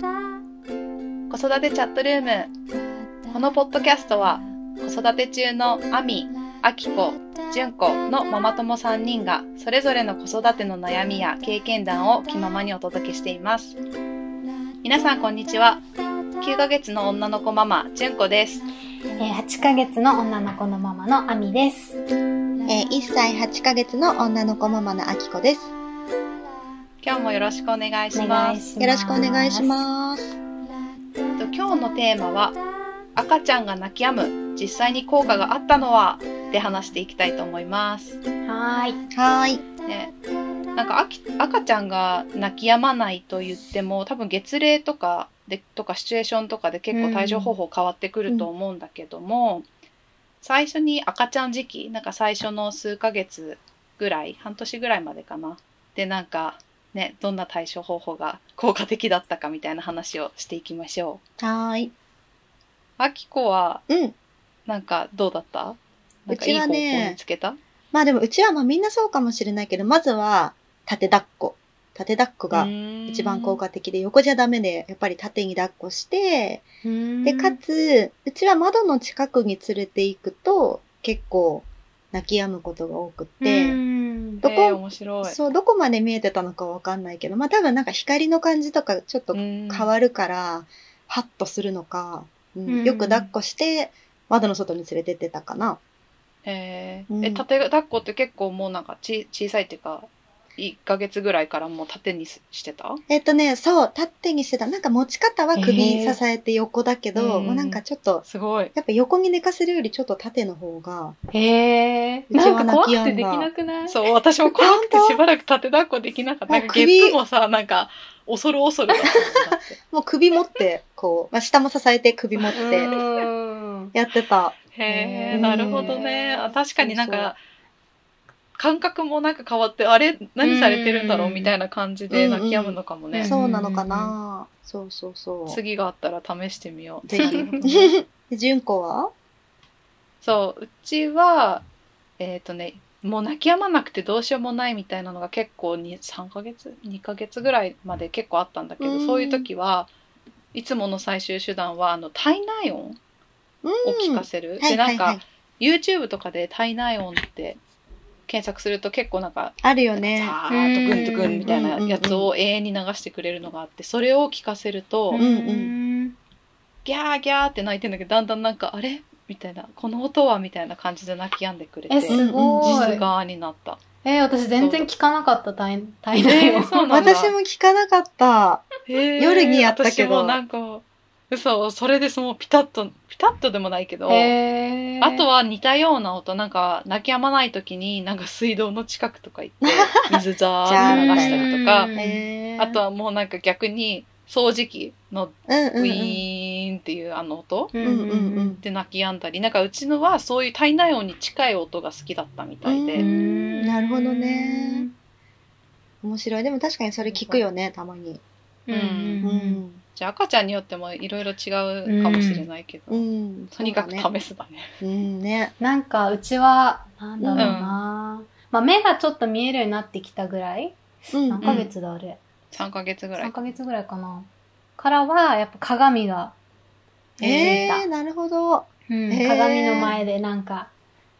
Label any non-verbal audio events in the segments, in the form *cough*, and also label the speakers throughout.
Speaker 1: 子育てチャットルーム
Speaker 2: このポッドキャストは
Speaker 1: 子育て中のアミ、アキコ、ジュンコのママ友3人がそれぞれの子育ての悩みや経験談を気ままにお届けしています
Speaker 2: 皆さんこんにちは
Speaker 1: 9ヶ月の女の子ママ、ジュンコです
Speaker 3: えー8ヶ月の女の子のママのアミです。
Speaker 4: えー、1歳8ヶ月の女の子ママのあきこです。
Speaker 1: 今日もよろしくお願いし
Speaker 3: お
Speaker 1: ま
Speaker 3: 願い
Speaker 1: す
Speaker 3: します。
Speaker 4: よろしくお願いします。
Speaker 1: えっと今日のテーマは赤ちゃんが泣き止む実際に効果があったのはで話していきたいと思います
Speaker 3: はーい。
Speaker 4: はーい。
Speaker 1: ねなんかあき赤ちゃんが泣き止まないと言っても多分月齢とかでとかシチュエーションとかで結構対処方法変わってくると思うんだけども、最初に赤ちゃん時期なんか最初の数ヶ月ぐらい半年ぐらいまでかなでなんかねどんな対処方法が効果的だったかみたいな話をしていきましょう。
Speaker 4: はーい。
Speaker 1: あきこは
Speaker 4: うん。
Speaker 1: なんかどうだったなんか
Speaker 4: う
Speaker 1: いい
Speaker 4: ち
Speaker 1: 方
Speaker 4: は
Speaker 1: 法
Speaker 4: ね
Speaker 1: 見つけた、
Speaker 4: まあでもうちはまあみんなそうかもしれないけど、まずは縦抱っこ。縦抱っこが一
Speaker 1: 一
Speaker 4: 番効果的で、横じゃダメで、やっぱり縦に抱っこして、で、
Speaker 3: で
Speaker 4: かつ、うちは窓の近くに連れて行くと、結構泣き止むことが多くって、ど
Speaker 1: え
Speaker 4: こ
Speaker 1: ー面白い。
Speaker 4: そう、どこまで見えてたのかわかんないけど、まあ多分なんか光の感じとかちょっと
Speaker 1: 変
Speaker 4: 変わるから、ハッとするのか、うん
Speaker 3: うん
Speaker 4: よく抱っこして、窓の外に連れてってたかな。
Speaker 1: え
Speaker 4: う
Speaker 1: ー、
Speaker 4: ん
Speaker 1: え縦抱っこって結構もうなんかち小さいっていうか1ヶ月ぐらいからもう縦にすしてた
Speaker 4: えっとね、そう、縦にしてた。なんか持ち方は首
Speaker 3: えー
Speaker 4: 支えて横だけど、
Speaker 1: うん
Speaker 4: もうなんかちょっと、
Speaker 1: すごい
Speaker 4: やっぱ横に寝かせるよりちょっと縦の方が、
Speaker 3: へえ。
Speaker 4: うち
Speaker 3: な
Speaker 4: は
Speaker 3: んか怖
Speaker 4: 泣き
Speaker 3: く
Speaker 4: や
Speaker 3: て
Speaker 4: んだ
Speaker 3: できなくない
Speaker 1: そう私も怖くて
Speaker 4: 本当
Speaker 1: しばらく縦抱っこできなかったなんか
Speaker 4: もう
Speaker 1: ゲ
Speaker 4: 首
Speaker 1: ップもさなんか恐る恐るだったもんだって
Speaker 4: *laughs* もう首
Speaker 1: *laughs*
Speaker 4: 持って、こう、まあ、下も支えて首持っ
Speaker 3: う
Speaker 4: て
Speaker 3: ーん。
Speaker 4: やってた。
Speaker 1: へ
Speaker 3: へ
Speaker 1: え
Speaker 3: ー
Speaker 1: なるほどねあ確かになんか感覚もなんか変わってあれ何されてるんだろう
Speaker 3: うん
Speaker 1: みたいな感じで泣き止むのかもね、
Speaker 3: ん
Speaker 4: そうなのかな、そうそうそう。
Speaker 1: 次があったら試してみよう
Speaker 4: ぜひ
Speaker 1: *laughs*
Speaker 4: で *laughs* 純子は
Speaker 1: そう、うちは、えっ、とね、もう泣き止まなくてどうしようもないみたいなのが結構に3ヶ月 ?2 ヶ月ぐらいまで結構あったんだけど、
Speaker 4: うん
Speaker 1: そういう時はいつもの最終手段はあの体内音を
Speaker 4: うん。
Speaker 1: 聞かせる。
Speaker 4: は
Speaker 1: で、
Speaker 4: い
Speaker 1: な
Speaker 4: は
Speaker 1: ん
Speaker 4: い
Speaker 1: か、
Speaker 4: はい。
Speaker 1: YouTube とかで体内音って検索すると結構なんか、
Speaker 4: あるよ
Speaker 1: ザ
Speaker 4: ね。
Speaker 1: ーッとグンとグンみたいなやつ
Speaker 4: うんうんうん
Speaker 1: を永遠に流してくれるのがあって、それを聞かせると、
Speaker 4: んう
Speaker 1: ギャーギャーって泣いてんだけど、だんだんなんか、あれみたいな、この音はみたいな感じで泣き止んでくれて。
Speaker 3: え、すご
Speaker 1: 実
Speaker 3: い。
Speaker 1: 側になった。
Speaker 3: えー、私全然聞かなかった体体内を。
Speaker 1: *laughs* そうなんだ。
Speaker 4: 私も聞かなかった。夜にやったけど
Speaker 1: 私もなんか、嘘、それでそのピタッと、ピタッとでもないけど、
Speaker 3: へー
Speaker 1: あとは似たような音、なんか泣き止まない時になんか水道の近くとか行
Speaker 4: *laughs*
Speaker 1: って、水ザーッと流したりとか
Speaker 3: う、ん
Speaker 4: へー
Speaker 1: あとはもうなんか逆に掃除機の
Speaker 4: うんうん
Speaker 1: ウ
Speaker 4: うん
Speaker 1: ィーンっていうあの音
Speaker 3: う
Speaker 4: うんん
Speaker 3: う
Speaker 4: うんうんん
Speaker 1: で泣き止んだり、なんかうちのはそういう体内音に近い音が好きだったみたいで、
Speaker 3: う。
Speaker 4: うんなるほどね。面白い。でも確かにそれ聞くよね、たまに。
Speaker 3: うん
Speaker 4: う
Speaker 3: うんうん。
Speaker 4: ん。
Speaker 1: じゃあ赤ちゃんによってもいろいろ違うかもしれないけど、
Speaker 4: うん。
Speaker 1: とにかく
Speaker 4: そうだね
Speaker 1: 試すだね。
Speaker 4: うんね。
Speaker 3: なんかうちは、なんだろうな、まあ目がちょっと見えるようになってきたぐらい
Speaker 4: うん
Speaker 3: 何ヶ月だあれ、
Speaker 1: 3ヶ月ぐら
Speaker 3: 3
Speaker 1: い。
Speaker 3: ヶ月ぐらいかな。からは、やっぱ鏡が、
Speaker 4: え
Speaker 3: 見
Speaker 4: えー、なるほど。
Speaker 3: うん
Speaker 4: へー
Speaker 3: 鏡の前でなんか、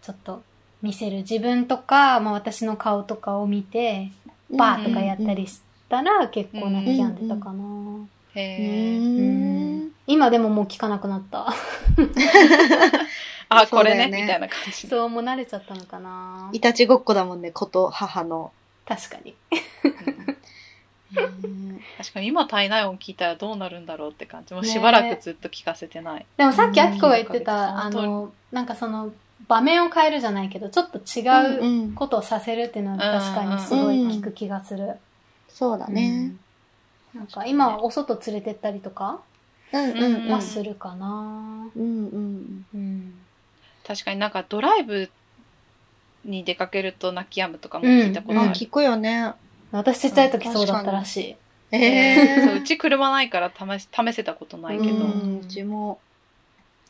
Speaker 3: ちょっと見せる自分とか、まあ私の顔とかを見て、バーとかやったりしたら、結構泣き止んでたかな、
Speaker 4: う
Speaker 1: へー
Speaker 3: う
Speaker 4: ーん
Speaker 3: ん。今でももう聞かなくなった。 *laughs*
Speaker 1: あ、
Speaker 4: そ
Speaker 1: こ
Speaker 4: う
Speaker 1: れ
Speaker 4: だよね
Speaker 1: ね、みたいな感じ。
Speaker 3: そう、もう慣れちゃったのかない
Speaker 4: たちごっこだもんね、子と母の。
Speaker 3: 確かに。
Speaker 1: うん
Speaker 4: うん
Speaker 1: 確かに今体内音聞いたらどうなるんだろうって感じ。もうしばらくずっと聞かせてない。
Speaker 3: でもさっき
Speaker 4: うん
Speaker 3: あきこが言って
Speaker 1: う
Speaker 3: た、
Speaker 1: ん
Speaker 3: あ
Speaker 1: その通り
Speaker 3: の、なんかその、場面を変えるじゃないけど、ちょっと
Speaker 4: う
Speaker 3: 違うん
Speaker 4: うん
Speaker 3: ことをさせるっていうのは確かにすごい聞く気がする。
Speaker 4: そうだね。
Speaker 3: なんか今はお外連れてったりとか
Speaker 4: うんうんうん。
Speaker 3: はするかな、
Speaker 4: うんうん。
Speaker 3: うん、
Speaker 1: 確かになんかドライブに出かけると泣き止むとかも聞いたこ
Speaker 4: あ
Speaker 1: とある。、
Speaker 4: 聞くよね。
Speaker 3: 私ちっちゃい時そうだったらしい。
Speaker 4: え
Speaker 1: えーそうう
Speaker 4: え。
Speaker 1: ち車ないから試し試せたことないけど、
Speaker 4: うんうちも。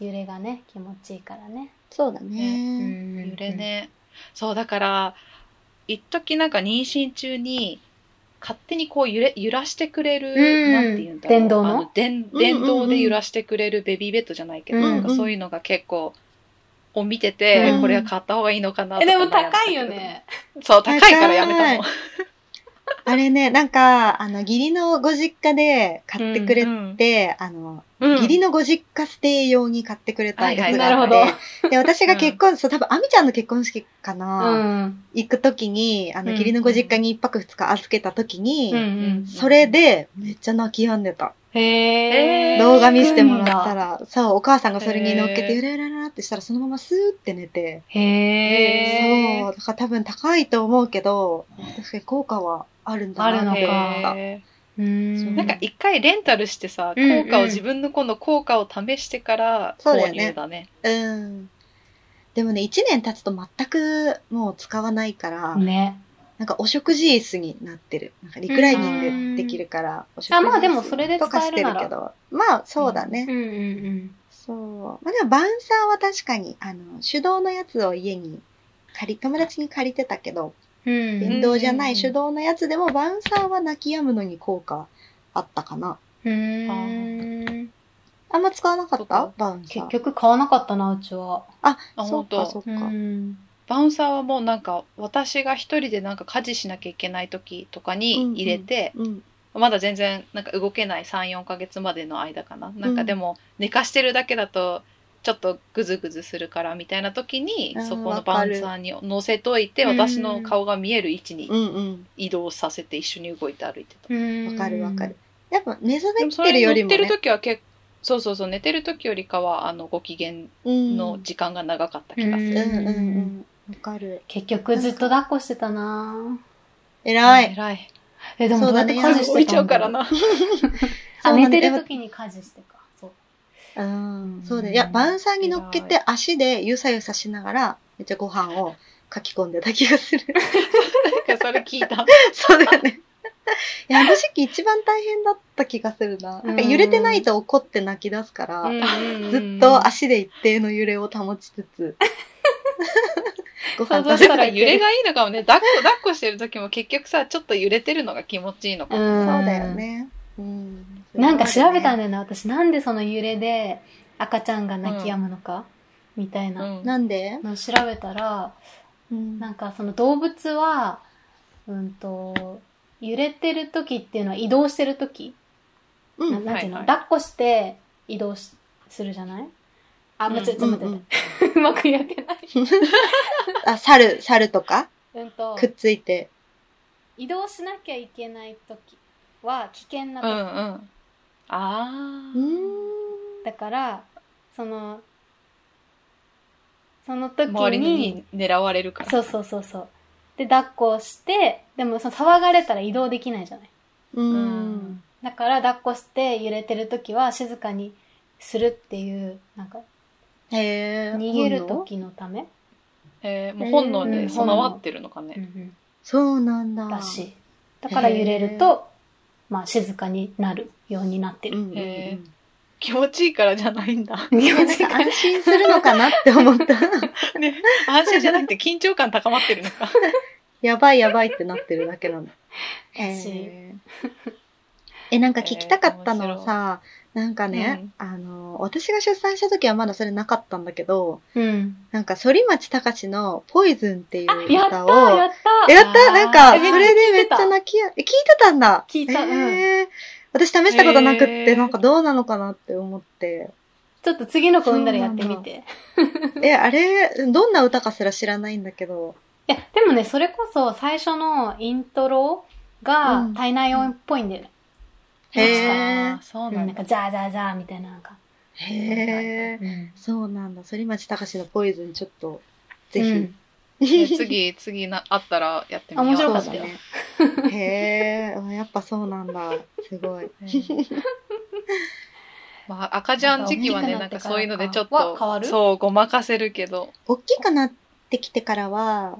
Speaker 3: 揺れがね、気持ちいいからね。
Speaker 4: そうだ
Speaker 3: う
Speaker 4: ね。
Speaker 3: ん
Speaker 1: 揺れ。ね、そうだから一時なんか妊娠中に勝手にこう揺れ揺らしてくれる、
Speaker 3: うん
Speaker 1: なんて言うんだろう
Speaker 3: 電動の
Speaker 1: あ電電動で揺らしてくれるベビーベッドじゃないけど、
Speaker 3: うんうん
Speaker 1: なんかそういうのが結構を見てて、
Speaker 4: うん
Speaker 1: これは買った方がいいのかなと
Speaker 3: え、
Speaker 1: か
Speaker 3: で
Speaker 1: 悩
Speaker 3: も
Speaker 1: んだけど
Speaker 3: 高いよね。
Speaker 1: そう高いからやめたもん
Speaker 4: あれね、なんか、あの、義理のご実家で買ってくれて、あの、
Speaker 1: うん
Speaker 4: 義理のご実家ステイ用に買ってくれたやつが
Speaker 3: はい
Speaker 4: あ
Speaker 3: は
Speaker 4: っ
Speaker 3: い
Speaker 4: て、
Speaker 3: なる
Speaker 4: で、私が結婚、そう、多分、アミちゃんの結婚式か
Speaker 3: う
Speaker 4: な、
Speaker 3: ん。
Speaker 4: 行くときに、あの、
Speaker 1: うん
Speaker 4: 義理のご実家に一泊二日預けたときに、
Speaker 3: うんう
Speaker 1: うんん。
Speaker 4: それで、めっちゃ泣き止んでた。
Speaker 3: へ
Speaker 1: え
Speaker 3: ー。
Speaker 1: ー
Speaker 4: 動画見せてもらっ
Speaker 3: ら。
Speaker 4: たら、そう、お母さんがそれに乗っけ
Speaker 1: へ
Speaker 4: て、
Speaker 1: ー
Speaker 4: ゆらゆらゆらってしたら、そのままスーって寝て、
Speaker 3: へ
Speaker 4: そう、
Speaker 3: ー。
Speaker 4: だから多分高いと思うけど、確かに効果はあるんだな
Speaker 3: あるのか
Speaker 1: へ
Speaker 3: う。
Speaker 4: そうん
Speaker 1: ーなんか一回レンタルしてさ、
Speaker 3: うんうん
Speaker 1: 効果を自分のこの効果を試してから
Speaker 4: そうだよ
Speaker 1: 購
Speaker 4: ね
Speaker 1: 入だね。
Speaker 4: うん。でもね、1年経つと全くもう使わないから、
Speaker 3: ね。
Speaker 4: なんかお食事椅子になってる。なんかリクライニングできるから、お食事椅子
Speaker 3: あまあでもそれで使えるなら
Speaker 4: とかしてるけど。まあそうだね。
Speaker 3: うんうん
Speaker 4: そう。まあでもバウンサーは確かに、あの、手動のやつを家に借り、友達に借りてたけど、
Speaker 3: うん。うん。
Speaker 4: 電動じゃない手動のやつでもバウンサーは泣き止むのに効果あったかな。
Speaker 3: うーん。
Speaker 4: あんま使わなか
Speaker 1: そ
Speaker 4: っ
Speaker 1: う
Speaker 4: た
Speaker 1: か
Speaker 4: バウンサ
Speaker 3: 結
Speaker 4: ー。
Speaker 3: 局買わなかったな、うちは。
Speaker 1: あ
Speaker 4: そ
Speaker 1: 本
Speaker 4: うか、そ
Speaker 1: 当
Speaker 4: う
Speaker 3: う
Speaker 4: か。
Speaker 3: ん。
Speaker 1: バウンサーはもうなんか私が一人でなんか家事しなきゃいけない時とかに入れて、
Speaker 4: うん。
Speaker 1: まだ全然なんか動けない34ヶ月までの間かななんかでも寝かしてるだけだとちょっとグズグズするからみたいな時に
Speaker 4: うん
Speaker 1: そこの
Speaker 4: わか
Speaker 1: バウ
Speaker 4: る
Speaker 1: ンサーに乗せといて
Speaker 3: うん
Speaker 1: 私の顔が見える位置に
Speaker 4: うんうん。
Speaker 1: 移動させて一緒に動いて歩いてた。
Speaker 3: わ
Speaker 4: わかるわかる。。やっぱ寝そ
Speaker 1: で
Speaker 4: べ
Speaker 1: も
Speaker 4: っ
Speaker 1: そ
Speaker 4: てる
Speaker 1: れ
Speaker 4: より
Speaker 1: 乗っ
Speaker 4: も、
Speaker 1: て
Speaker 4: ね。
Speaker 1: る時は結構そうそうそう寝てる時よりかはあのご機嫌
Speaker 4: うん
Speaker 1: の時間が長かった気がす
Speaker 4: う
Speaker 1: る。
Speaker 4: んうんうん。わかる。
Speaker 3: 結局ずっと抱っこしてたな
Speaker 4: 偉い。
Speaker 1: 偉い。
Speaker 3: え、でもどうやって家
Speaker 4: そうだ
Speaker 3: 事
Speaker 1: *laughs*
Speaker 4: ね
Speaker 3: してたんだろ
Speaker 1: 動いちゃうからな。
Speaker 3: あ、
Speaker 4: そう
Speaker 3: 寝
Speaker 4: なんだ
Speaker 3: てる時に家事してか。そう。
Speaker 4: うん。そうで。いや、バウンサーに乗っけて足でゆさゆさしながら、めっちゃご飯をかき込んでた気がする。
Speaker 1: なんかそれ聞いた。
Speaker 4: そうだよね。いや、あの時期一番大変だった気がするな。なんか揺れてないと怒って泣き出すから、ずっと足で一定の揺れを保ちつつ。ご
Speaker 1: そ
Speaker 4: 飯
Speaker 1: うそ
Speaker 4: 食
Speaker 1: し
Speaker 4: べ
Speaker 1: たら
Speaker 4: て
Speaker 1: 揺れがいいのかもね。抱っこ、抱っこしてる時も結局さ、ちょっと揺れてるのが気持ちいいのかも。
Speaker 4: そ
Speaker 3: そう
Speaker 4: だよ。ね。うん。
Speaker 3: なんか調べたんだ
Speaker 4: ね。
Speaker 3: よな、私。なんでその揺れで赤ちゃんが泣き止むのか、みたいな
Speaker 1: うん
Speaker 4: なんで
Speaker 3: のを調べたら、
Speaker 4: うん
Speaker 3: なんかその動物は、うんと、揺れてる時っていうのは移動してる時、
Speaker 4: うん
Speaker 3: ななんていうの、
Speaker 1: はいはい
Speaker 3: 抱っこして移動しするじゃないあ、
Speaker 1: うん
Speaker 3: 間違えた、 *laughs* 間違えた。う
Speaker 4: うん
Speaker 3: まく言えてない。
Speaker 4: あ、猿、猿とか
Speaker 3: うんと
Speaker 4: く、っついて。
Speaker 3: 移動しなきゃいけない時は危険な
Speaker 1: う
Speaker 3: 時、
Speaker 1: んうん。ああ
Speaker 4: う
Speaker 1: ー。
Speaker 3: だから、その、その時
Speaker 1: 周り
Speaker 3: に
Speaker 1: に狙われるから。
Speaker 3: そうそうそうそう。で、抱っこして、でもその騒がれたら移動できないじゃない。
Speaker 4: う
Speaker 1: うんん。。
Speaker 3: だから抱っこして揺れてる時は静かにするっていう、なんか
Speaker 4: へえ。
Speaker 3: 逃げる
Speaker 4: 今度
Speaker 3: 時のため、
Speaker 1: えー、もう本能で備わってるのか
Speaker 3: うん
Speaker 1: ね。
Speaker 4: そうなん
Speaker 3: う
Speaker 4: だ。
Speaker 3: んらしい。だから揺れると、まあ静かになるようになって
Speaker 4: う
Speaker 3: る。
Speaker 4: んうんうん
Speaker 1: へ気持ちいいからじゃないんだ。
Speaker 3: *laughs* 気
Speaker 4: な
Speaker 3: 持
Speaker 4: ん
Speaker 3: ち
Speaker 4: か
Speaker 3: が
Speaker 4: 安心するのかなって思った。 *laughs*
Speaker 1: ね。安心じゃなくて緊張感高まってるのか。
Speaker 4: やばいやばいってなってるだ
Speaker 3: *laughs*
Speaker 4: けなんだ。
Speaker 3: らしい
Speaker 4: へーえ、なんか聞きたかったのはさ、なんかね、あの、私が出産した時はまだそれなかったんだけど、
Speaker 3: うん。
Speaker 4: なんか、反町隆史のポイズンっていう
Speaker 3: やった
Speaker 4: 歌を、
Speaker 3: やっ *laughs*
Speaker 4: え
Speaker 3: た
Speaker 4: やったなんか、
Speaker 1: あ
Speaker 4: そ
Speaker 1: ー
Speaker 4: れでめっちゃ泣きや、え聞いてたんだ
Speaker 3: 聞いたうん
Speaker 4: えー私試したことなくって、
Speaker 1: へー
Speaker 4: なんかどうなのかなって思って。
Speaker 3: ちょっと次の子産んだらやってみて。
Speaker 4: え、あれ、どんな歌かすら知らないんだけど。
Speaker 3: いや、でもね、それこそ最初のイントロ
Speaker 4: う
Speaker 3: が
Speaker 4: ん
Speaker 3: 体内音っぽいんだよね。
Speaker 4: へ
Speaker 1: あ
Speaker 4: え
Speaker 1: ー。そう
Speaker 3: うん
Speaker 1: な
Speaker 3: なんん
Speaker 1: だ
Speaker 3: か、。ザーザーザーみたいな、なんか。
Speaker 4: へえ。
Speaker 3: うん
Speaker 4: そうなんだ。反町隆史のポイズンちょっと、ぜひ。
Speaker 3: うん
Speaker 1: ね次、次な、あったらやってみよう。
Speaker 3: あ面
Speaker 4: そ
Speaker 3: 白
Speaker 4: う
Speaker 3: か
Speaker 4: だ
Speaker 3: ったよ
Speaker 4: ね。へえ。あやっぱそうなんだ。すごい。
Speaker 1: まあ、赤ちゃん時期はね、
Speaker 3: な
Speaker 1: なんん
Speaker 3: か
Speaker 1: かそういうのでちょっ
Speaker 3: は
Speaker 1: と
Speaker 3: 変わる、
Speaker 1: そう、ごまかせるけど。
Speaker 4: 大きくなってきてからは、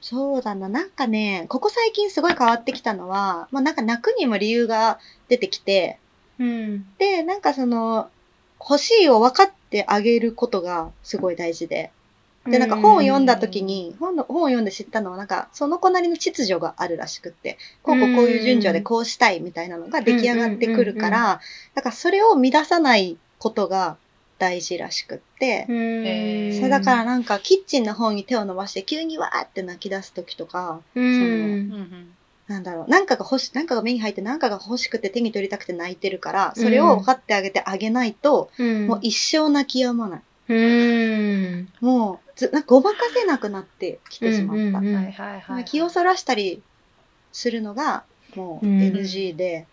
Speaker 4: そうだな。なんかね、ここ最近すごい変わってきたのは、まあなんか泣くにも理由が出てきて、
Speaker 3: うん。
Speaker 4: で、なんかその、欲しいを分かってあげることがすごい大事で。で、なんか本を読んだ時に、本の、本を読んで知ったのは、なんか、その子なりの秩序があるらしくって、こうこうこういう順序でこうしたいみたいなのが出来上がってくるか
Speaker 3: うん
Speaker 4: ら、だからそれを乱さないことが大事らしくって、
Speaker 3: うん、
Speaker 1: えー
Speaker 4: そうだからなんか、キッチンの方に手を伸ばして、急にわーって泣き出す時とか、
Speaker 3: う
Speaker 1: うん
Speaker 3: ん、
Speaker 1: うん
Speaker 4: なんだろう、なんかが欲し、なんかが目に入って、なんかが欲しくて手に取りたくて泣いてるから、それを分かってあげてあげないと、
Speaker 3: うん、
Speaker 4: もう一生泣き止まない。
Speaker 3: うん、
Speaker 4: もう、ずなんかごまかせなくなってきてしまった。
Speaker 3: うん
Speaker 1: はいはいはい。
Speaker 4: 気をそらしたりするのがもう
Speaker 3: うん
Speaker 4: NG で、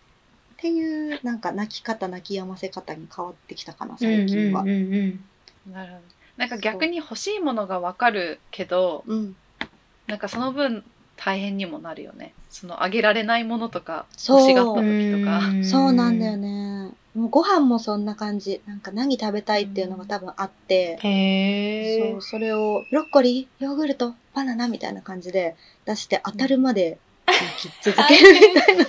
Speaker 4: っていうなんか泣き方泣き止ませ方に変わってきたかな最近は
Speaker 3: うん。うんうん
Speaker 1: なるほど。なんか逆に欲しいものがわかるけど、
Speaker 4: うん、
Speaker 1: なんかその分大変にもなるよね。そのあげられないものとか、
Speaker 4: そう
Speaker 1: 欲しがった
Speaker 3: う
Speaker 1: 時とか。
Speaker 3: ん、
Speaker 4: そうなんだよね。もうご飯もそんな感じ。なんか何食べたいっていうのが多分あって、
Speaker 3: へえ
Speaker 4: そう、それをブロッコリー、ヨーグルト、バナナみたいな感じで出して当たるまで泣き続けるみたいな。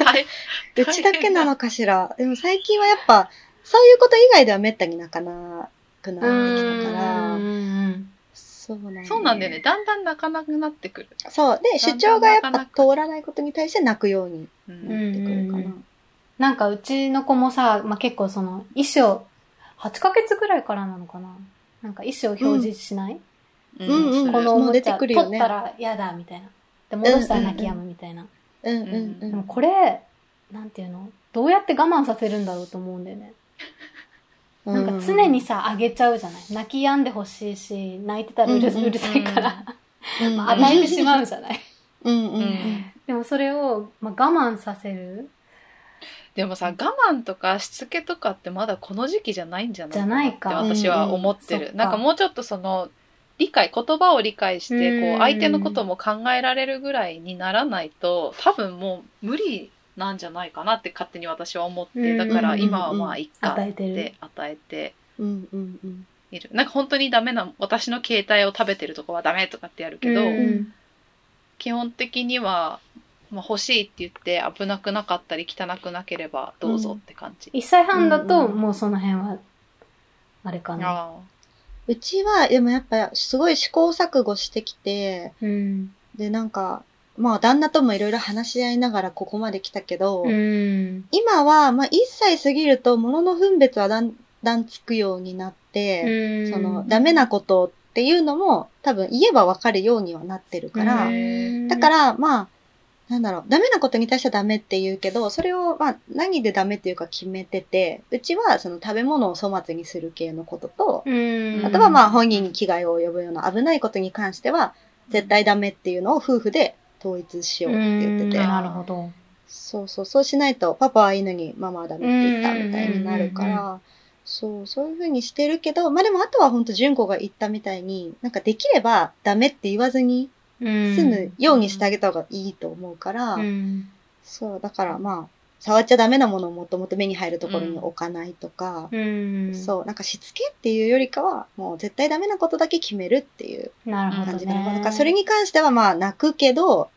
Speaker 1: 大
Speaker 4: うちだけなのかしら。でも最近はやっぱ、そういうこと以外ではめったに泣かなくなってきたから、そうなんだよね
Speaker 1: そうなんだよね。だんだん泣かなくなってくる。
Speaker 4: そう。
Speaker 1: だ
Speaker 4: で、主
Speaker 1: んだん
Speaker 4: 張がやっぱ
Speaker 1: 泣か
Speaker 4: 通らないことに対して泣くように
Speaker 1: う。
Speaker 4: なんってくるか
Speaker 3: うんうんう
Speaker 4: な。
Speaker 3: なんかうちの子もさ、まあ、結構その衣装8ヶ月ぐらいからなのかななんか衣装表示しない、
Speaker 4: うんうん
Speaker 3: このお
Speaker 4: もう
Speaker 3: も
Speaker 4: 出
Speaker 3: ち
Speaker 4: て
Speaker 3: ゃ、
Speaker 4: くる
Speaker 3: 取
Speaker 4: よね
Speaker 3: ったら嫌だみたいなで戻したら泣き止むみたいな、
Speaker 4: うんうんう
Speaker 1: うん
Speaker 4: ん。
Speaker 3: でもこれなんていうのどうやって我慢させるんだろうと思うんだよね、
Speaker 4: う
Speaker 3: なんか常に、さあげちゃうじゃない泣き止んでほしいし泣いてたらうる,、
Speaker 4: うんうん
Speaker 3: るさいから、
Speaker 4: うん
Speaker 3: まあ与えてしまうじゃない
Speaker 4: うんうんう。
Speaker 1: うんん
Speaker 3: でもそれを、まあ、我慢させる
Speaker 1: でもさ、我慢とかしつけとかってまだこの時期じゃないんじゃない
Speaker 3: じゃないか
Speaker 1: って私は思って
Speaker 3: うんうん
Speaker 1: る。
Speaker 3: そっか
Speaker 1: なんかもうちょっとその、理解、言葉を理解して、
Speaker 3: う
Speaker 1: こ
Speaker 3: ん
Speaker 1: う、相手のことも考えられるぐらいにならないと、多分もう無理なんじゃないかなって勝手に私は思っ
Speaker 3: う
Speaker 1: て、
Speaker 3: ん
Speaker 1: だから今はまあ、いっかっ
Speaker 3: 与えてる
Speaker 1: て与えて
Speaker 4: うんうんうん。
Speaker 1: いる。なんか本当にダメな、私の携帯を食べてるとこはダメとかってやるけど、
Speaker 3: うん
Speaker 1: 基本的には、まあ、欲しいって言って危なくなかったり汚くなければどうぞって感じ。
Speaker 3: 1歳半だ
Speaker 4: う
Speaker 3: と
Speaker 4: んうん
Speaker 3: もうその辺はあれかな、
Speaker 1: あ
Speaker 4: うちは、でもやっぱすごい試行錯誤してきて、
Speaker 3: うん
Speaker 4: で、なんか、まあ旦那ともいろいろ話し合いながらここまで来たけど、
Speaker 3: うん、
Speaker 4: 今は、まあ1歳過ぎると物の分別はだんだんつくようになって、その、ダメなことっていうのも、多分言えばわかるようにはなってるから、
Speaker 1: うん
Speaker 4: だからら、まあ、なんだろう、ダメなことに対してはダメって言うけど、それを、まあ、何でダメっていうか決めてて、うちは、その食べ物を粗末にする系のことと、
Speaker 3: うん、
Speaker 4: あとはまあ、
Speaker 1: ほん
Speaker 4: 本人に危害を及ぶような危ないことに関しては、絶対ダメっていうのを夫婦で統一しようって言って
Speaker 3: う
Speaker 4: て
Speaker 3: ん、なるほど。
Speaker 4: そうそう、そうしないと、パパはいいのにママはダメって言ったみたいになるか
Speaker 3: うんうんう
Speaker 4: ら、そう、そういうふうにしてるけど、まあでもあとは本当純子が言ったみたいに、なんかできればダメって言わずに済
Speaker 3: 住
Speaker 4: むようにしてあげた方がいいと思うから、
Speaker 3: うん
Speaker 4: そう、だからまあ、触っちゃダメなものをもともと目に入るところに置かないとか、
Speaker 3: うん、
Speaker 4: そう、なんかしつけっていうよりかは、もう絶対ダメなことだけ決めるっていう
Speaker 3: うなるほど、
Speaker 4: 感
Speaker 3: ね、
Speaker 4: じかな。なんかそれに関してはまあ泣くけど、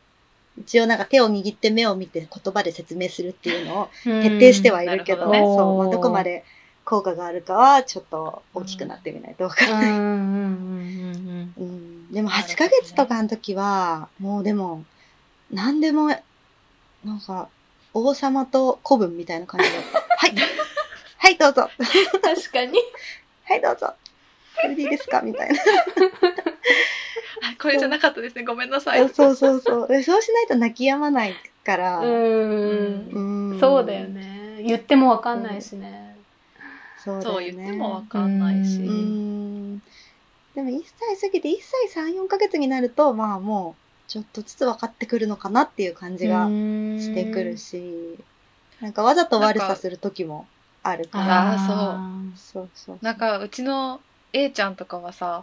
Speaker 4: 一応なんか手を握って目を見て言葉で説明するっていうのを
Speaker 3: 徹
Speaker 4: 徹底してはいるけど、
Speaker 1: うんな
Speaker 3: るほどね
Speaker 4: そう、まあ、どこまで効果があるかはちょっと大きくなってみないとわか
Speaker 3: うんん
Speaker 4: な
Speaker 3: う
Speaker 4: い。
Speaker 3: んうん
Speaker 4: うん、でも
Speaker 1: なるほど
Speaker 4: 8
Speaker 1: ね
Speaker 4: ヶ月とかの時は、もうでも、何でも、なんか、王様と子分みたい
Speaker 1: *laughs*
Speaker 4: な感じだった。はい。はい、どうぞ。
Speaker 3: うん、確かに。
Speaker 4: はい、どうぞ。これでいいですかみたいな。
Speaker 1: あこれじゃなかったですね。ごめんなさい。
Speaker 4: そうそうそう。でそうしないと泣き止まないから。
Speaker 3: うん、
Speaker 4: ん
Speaker 3: そうだよ。ね。言ってもわかんないしね。
Speaker 4: そうだ
Speaker 1: そ
Speaker 4: よ
Speaker 1: う
Speaker 4: ね。
Speaker 1: 言ってもわかんないし。
Speaker 3: う
Speaker 4: うーんでも1歳過ぎて1歳3、4ヶ月になると、まあもうちょっとずつ分かってくるのかなっていう感じがしてくるし、なんかわざと悪さする時もあるから、
Speaker 1: あ
Speaker 3: ー
Speaker 4: そうそう。
Speaker 1: なんかうちの A ちゃんとかはさ、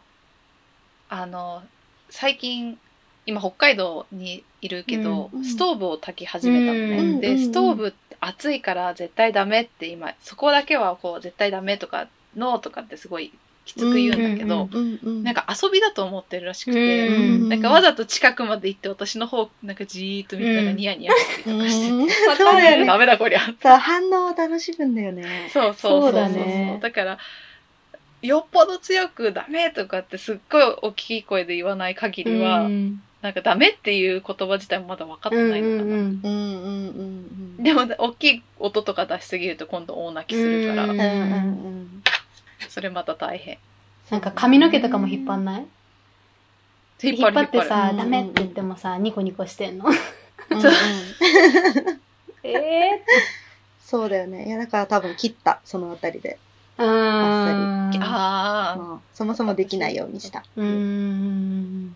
Speaker 1: あの、最近、今北海道にいるけど、
Speaker 4: うん
Speaker 1: ストーブを焚き始めたのね。
Speaker 3: うん
Speaker 4: う
Speaker 1: で、
Speaker 4: ん
Speaker 1: ストーブって暑いから絶対ダメって今、そこだけはこう絶対ダメとか、ノーとかってすごいきつく言うんだけど、
Speaker 3: うんうん
Speaker 4: うんうん
Speaker 1: なんか遊びだと思ってるらしくて、
Speaker 3: うん
Speaker 1: なんかわざと近くまで行って私の方、なんかじーっと見たらニヤニヤしたり
Speaker 4: う
Speaker 1: とかして *laughs* て、
Speaker 4: ん
Speaker 1: ま
Speaker 4: そうだよね
Speaker 1: ダメだこりゃ。
Speaker 4: そう、反応を楽しむんだよね。
Speaker 1: そうそうそう
Speaker 3: そ
Speaker 1: そうう
Speaker 3: だ
Speaker 1: だ
Speaker 3: ね
Speaker 1: ね。だから、よっぽど強くダメとかってすっごい大きい声で言わない限りは、
Speaker 3: うん
Speaker 1: なんかダメっていう言葉自体もまだ分かってないのかな。
Speaker 3: うんうん
Speaker 4: うんうんうんうん。
Speaker 1: でも、大きい音とか出しすぎると今度大泣きするから、
Speaker 3: うん
Speaker 4: うんうんうん。
Speaker 1: それまた大変。
Speaker 3: なんか髪の毛とかも引っ張んない
Speaker 1: 引
Speaker 3: 引っ張って
Speaker 4: 張
Speaker 3: さ
Speaker 4: る、
Speaker 3: ダメって言ってもさ、ニコニコしてんの。
Speaker 4: うん
Speaker 1: そう
Speaker 3: ええ
Speaker 4: そうだよね。いや、だから多分切った、そのあたりで。
Speaker 3: ー。あ
Speaker 1: ああー、
Speaker 4: まあ、そもそもできないようにした。
Speaker 3: うーん。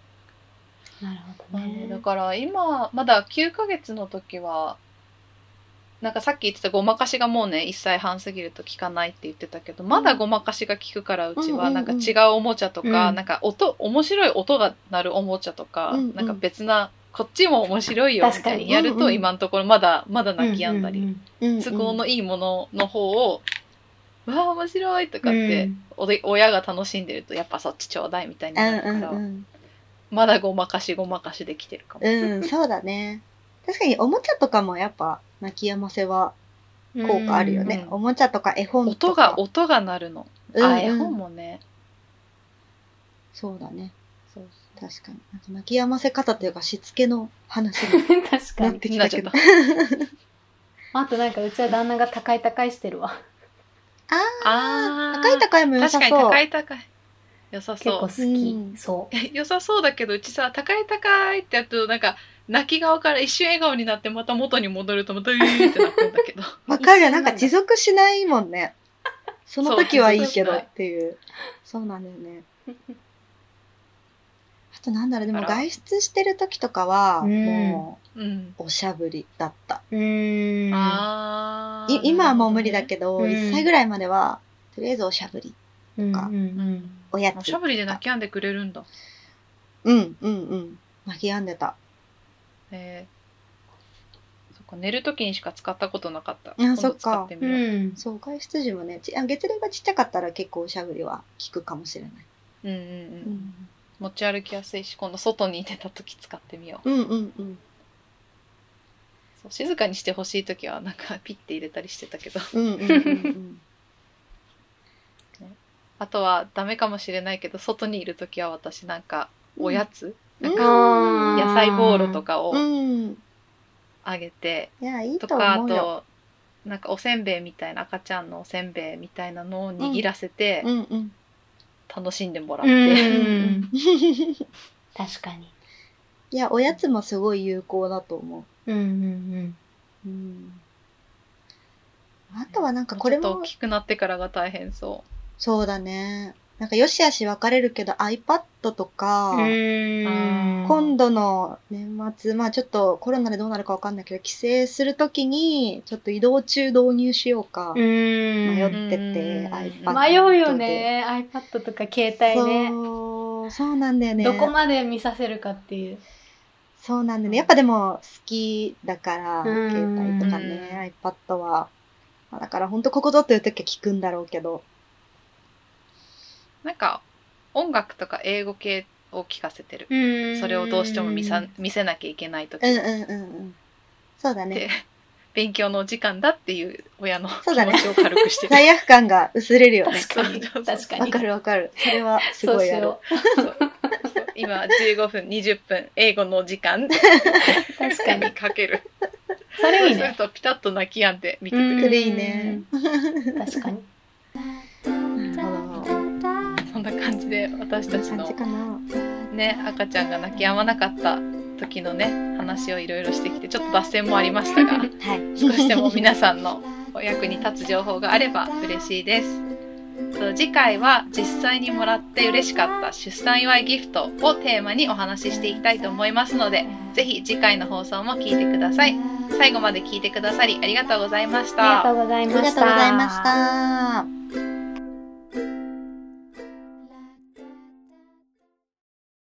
Speaker 3: なるほどね。
Speaker 1: だから今まだ9ヶ月の時はなんかさっき言ってたごまかしがもうね1歳半過ぎると効かないって言ってたけどまだごまかしが効くからうち
Speaker 4: うんうんう
Speaker 1: は
Speaker 4: ん
Speaker 1: なんか違うおもちゃとか、
Speaker 3: うん
Speaker 1: なんか音面白い音が鳴るおもちゃとか、
Speaker 4: うんうん
Speaker 1: なんか別なこっちも面白いよみ
Speaker 3: 確
Speaker 1: た
Speaker 3: か
Speaker 1: い
Speaker 3: に
Speaker 1: にやる
Speaker 4: うんう
Speaker 1: と
Speaker 4: ん
Speaker 1: 今のところまだまだ泣き止んだり、
Speaker 3: う
Speaker 4: うん
Speaker 1: 都合のいいものの方を「わあ面白い」とかって、
Speaker 3: うん
Speaker 1: おで親が楽しんでるとやっぱそっちちょうだいみたいに
Speaker 4: うん
Speaker 1: なる
Speaker 4: う
Speaker 1: から、
Speaker 4: んうん。
Speaker 1: まだごまかしごまかしできてるかも。
Speaker 4: うん、そうだね。確かにおもちゃとかもやっぱ泣き止ませは
Speaker 3: うん
Speaker 4: 効果あるよね。
Speaker 1: うん
Speaker 4: おもちゃとか絵本と
Speaker 1: 音
Speaker 4: か。
Speaker 1: が音が鳴るの。
Speaker 4: うんうん
Speaker 1: あ絵本もね。
Speaker 4: そうだね。
Speaker 1: そう
Speaker 4: 確かに。なんか泣き止ませ方というかしつけの話に
Speaker 3: 確か
Speaker 4: なっ
Speaker 3: に。
Speaker 4: てきたけ
Speaker 1: な
Speaker 4: ど。
Speaker 1: っ
Speaker 3: あとなんかうちは旦那が高い高いしてるわ。
Speaker 1: ああ
Speaker 4: 高い高いも良
Speaker 1: 確
Speaker 4: さ
Speaker 1: かに
Speaker 4: そう。
Speaker 1: 高い高い。良さ
Speaker 3: 結構
Speaker 1: そ
Speaker 3: 好
Speaker 1: う。
Speaker 4: う
Speaker 3: き。
Speaker 4: ん
Speaker 3: そう。
Speaker 1: 良さそうだけどうちさ高い高いってやるとなんか泣き顔から一瞬笑顔になってまた元に戻るとまたうーってなってんだ
Speaker 4: *laughs*
Speaker 1: けど。
Speaker 4: わか
Speaker 3: 一緒な
Speaker 4: る。なんん
Speaker 3: だ
Speaker 4: か持続しないもんね。その時はいいけど
Speaker 1: そう
Speaker 4: っていう。そうなんだよ
Speaker 1: *laughs*
Speaker 4: ね。あとなんだろう、でも
Speaker 1: あら
Speaker 4: 外出してる時とかは、
Speaker 3: うん
Speaker 4: も
Speaker 1: うん。
Speaker 4: う、おしゃぶりだった。
Speaker 3: うーん。
Speaker 1: ああ
Speaker 4: い。今はもう無理だけど、
Speaker 3: うん
Speaker 4: 1歳ぐらいまでは、とりあえずおしゃぶり、
Speaker 3: うん
Speaker 4: か
Speaker 3: うん
Speaker 1: どね。うん。
Speaker 4: おや
Speaker 1: お
Speaker 4: つ
Speaker 1: しゃ。ぶりで泣き止んでくれるんだ。
Speaker 4: うん、うん、うん。泣き止んでた。
Speaker 1: えー。そっか寝る時にしか使ったことなかった。
Speaker 4: や
Speaker 1: 今度使ってみ
Speaker 3: う
Speaker 1: よう。
Speaker 3: ん。
Speaker 4: そう、外出時もね、ちあ月齢がちっちゃかったら結構おしゃぶりは効くかもしれない。
Speaker 1: うんうん
Speaker 4: う
Speaker 1: うん。
Speaker 4: ん、
Speaker 1: 持ち歩きやすいし今度外に出た時使ってみよう
Speaker 4: うん、うん、うん。
Speaker 1: そう静かにしてほしい時はなんかピッて入れたりしてたけど *laughs*
Speaker 4: うん、うん、うん。
Speaker 1: あとはダメかもしれないけど外にいる時は私なんかおやつ、なんか
Speaker 3: あー
Speaker 1: 野菜ボーロと。か
Speaker 4: う
Speaker 1: を
Speaker 4: ん。
Speaker 1: あげて、
Speaker 4: いや、いい
Speaker 1: と
Speaker 4: と
Speaker 1: かあ
Speaker 4: 思うよ。
Speaker 1: となんかおせんべいみたいな赤ちゃんのおせんべいみたいなのを握らせて
Speaker 4: うん、うん。
Speaker 1: 楽しんでもらっ
Speaker 3: う
Speaker 1: て、
Speaker 3: ん。確かに。
Speaker 4: いや、おやつもすごい有効だと思
Speaker 3: うんうん
Speaker 4: う。うん。あとはなん
Speaker 1: *laughs*
Speaker 4: かこ
Speaker 1: ち
Speaker 4: れ
Speaker 1: ょっと
Speaker 4: も
Speaker 1: 大、きくなってからが大変そ
Speaker 4: そうだね。なんかよしあし分かれるけど iPad とか
Speaker 3: うん。、うん。
Speaker 4: 今度の年末、まあちょっとコロナでどうなるかわかんないけど、帰省するときに、ちょっと移動中導入しようか
Speaker 3: う、
Speaker 4: 迷っ
Speaker 3: ん。
Speaker 4: てて、
Speaker 1: うん
Speaker 3: 迷
Speaker 4: iPad
Speaker 3: うよね。iPad とか携
Speaker 4: で。
Speaker 3: 帯ね。
Speaker 4: そう、そうなんだよね。
Speaker 3: どこまで見させるかっていう。
Speaker 4: そうなんだよね。やっぱでも好きだか
Speaker 3: う
Speaker 4: ら、
Speaker 3: ん
Speaker 4: 携帯とかね、iPad は。まあだから本当ここぞという時は聞くんだろうけど。
Speaker 1: うなんか音楽とか英語系を聞かせてる、
Speaker 3: うん
Speaker 1: それをどうしても見さ見せなきゃいけない時
Speaker 4: うんうんうんうん。そうだね
Speaker 1: で。 *laughs* 勉強のお時間だっていう親の気
Speaker 4: そうだね
Speaker 1: 持ちを軽くしてる。
Speaker 4: 罪悪感が薄れるよね。
Speaker 3: *laughs* 確か
Speaker 1: *laughs*
Speaker 3: に。確かに。
Speaker 4: わかるわかる。それはす
Speaker 3: そ
Speaker 4: ご
Speaker 3: う
Speaker 4: い
Speaker 3: し
Speaker 4: やる
Speaker 3: よ。
Speaker 1: そうそう今15分20分英語のお時間
Speaker 3: う。確かに
Speaker 1: に。かける。
Speaker 3: そ
Speaker 1: そ
Speaker 3: れ
Speaker 1: う
Speaker 3: い
Speaker 1: す
Speaker 3: い
Speaker 1: る
Speaker 3: ね。
Speaker 1: とピタッと泣き止んで見てく
Speaker 3: うん
Speaker 1: れ
Speaker 4: そ
Speaker 1: る。
Speaker 4: れいいね。
Speaker 3: 確かに。
Speaker 4: なるほど。
Speaker 1: そんな感じで私
Speaker 4: こ
Speaker 1: た
Speaker 4: んな
Speaker 1: ち
Speaker 4: 感
Speaker 1: の
Speaker 4: じかな。
Speaker 1: ね赤ちゃんが泣き止まなかった時のね話をいろいろしてきてちょっと脱線もありました
Speaker 4: *laughs*
Speaker 1: が
Speaker 4: はい。
Speaker 1: 少しでも皆さんのお役に立つ情報があれば嬉しいです。そう次回は実際にもらって嬉しかった出産祝いギフトをテーマにお話ししていきたいと思いますので、ぜひ次回の放送も聞いてください。最後まで聞いてくださりありがとうございました。
Speaker 3: ありがとうござい
Speaker 4: あ
Speaker 3: ま
Speaker 4: り
Speaker 3: した。
Speaker 4: がとうございました。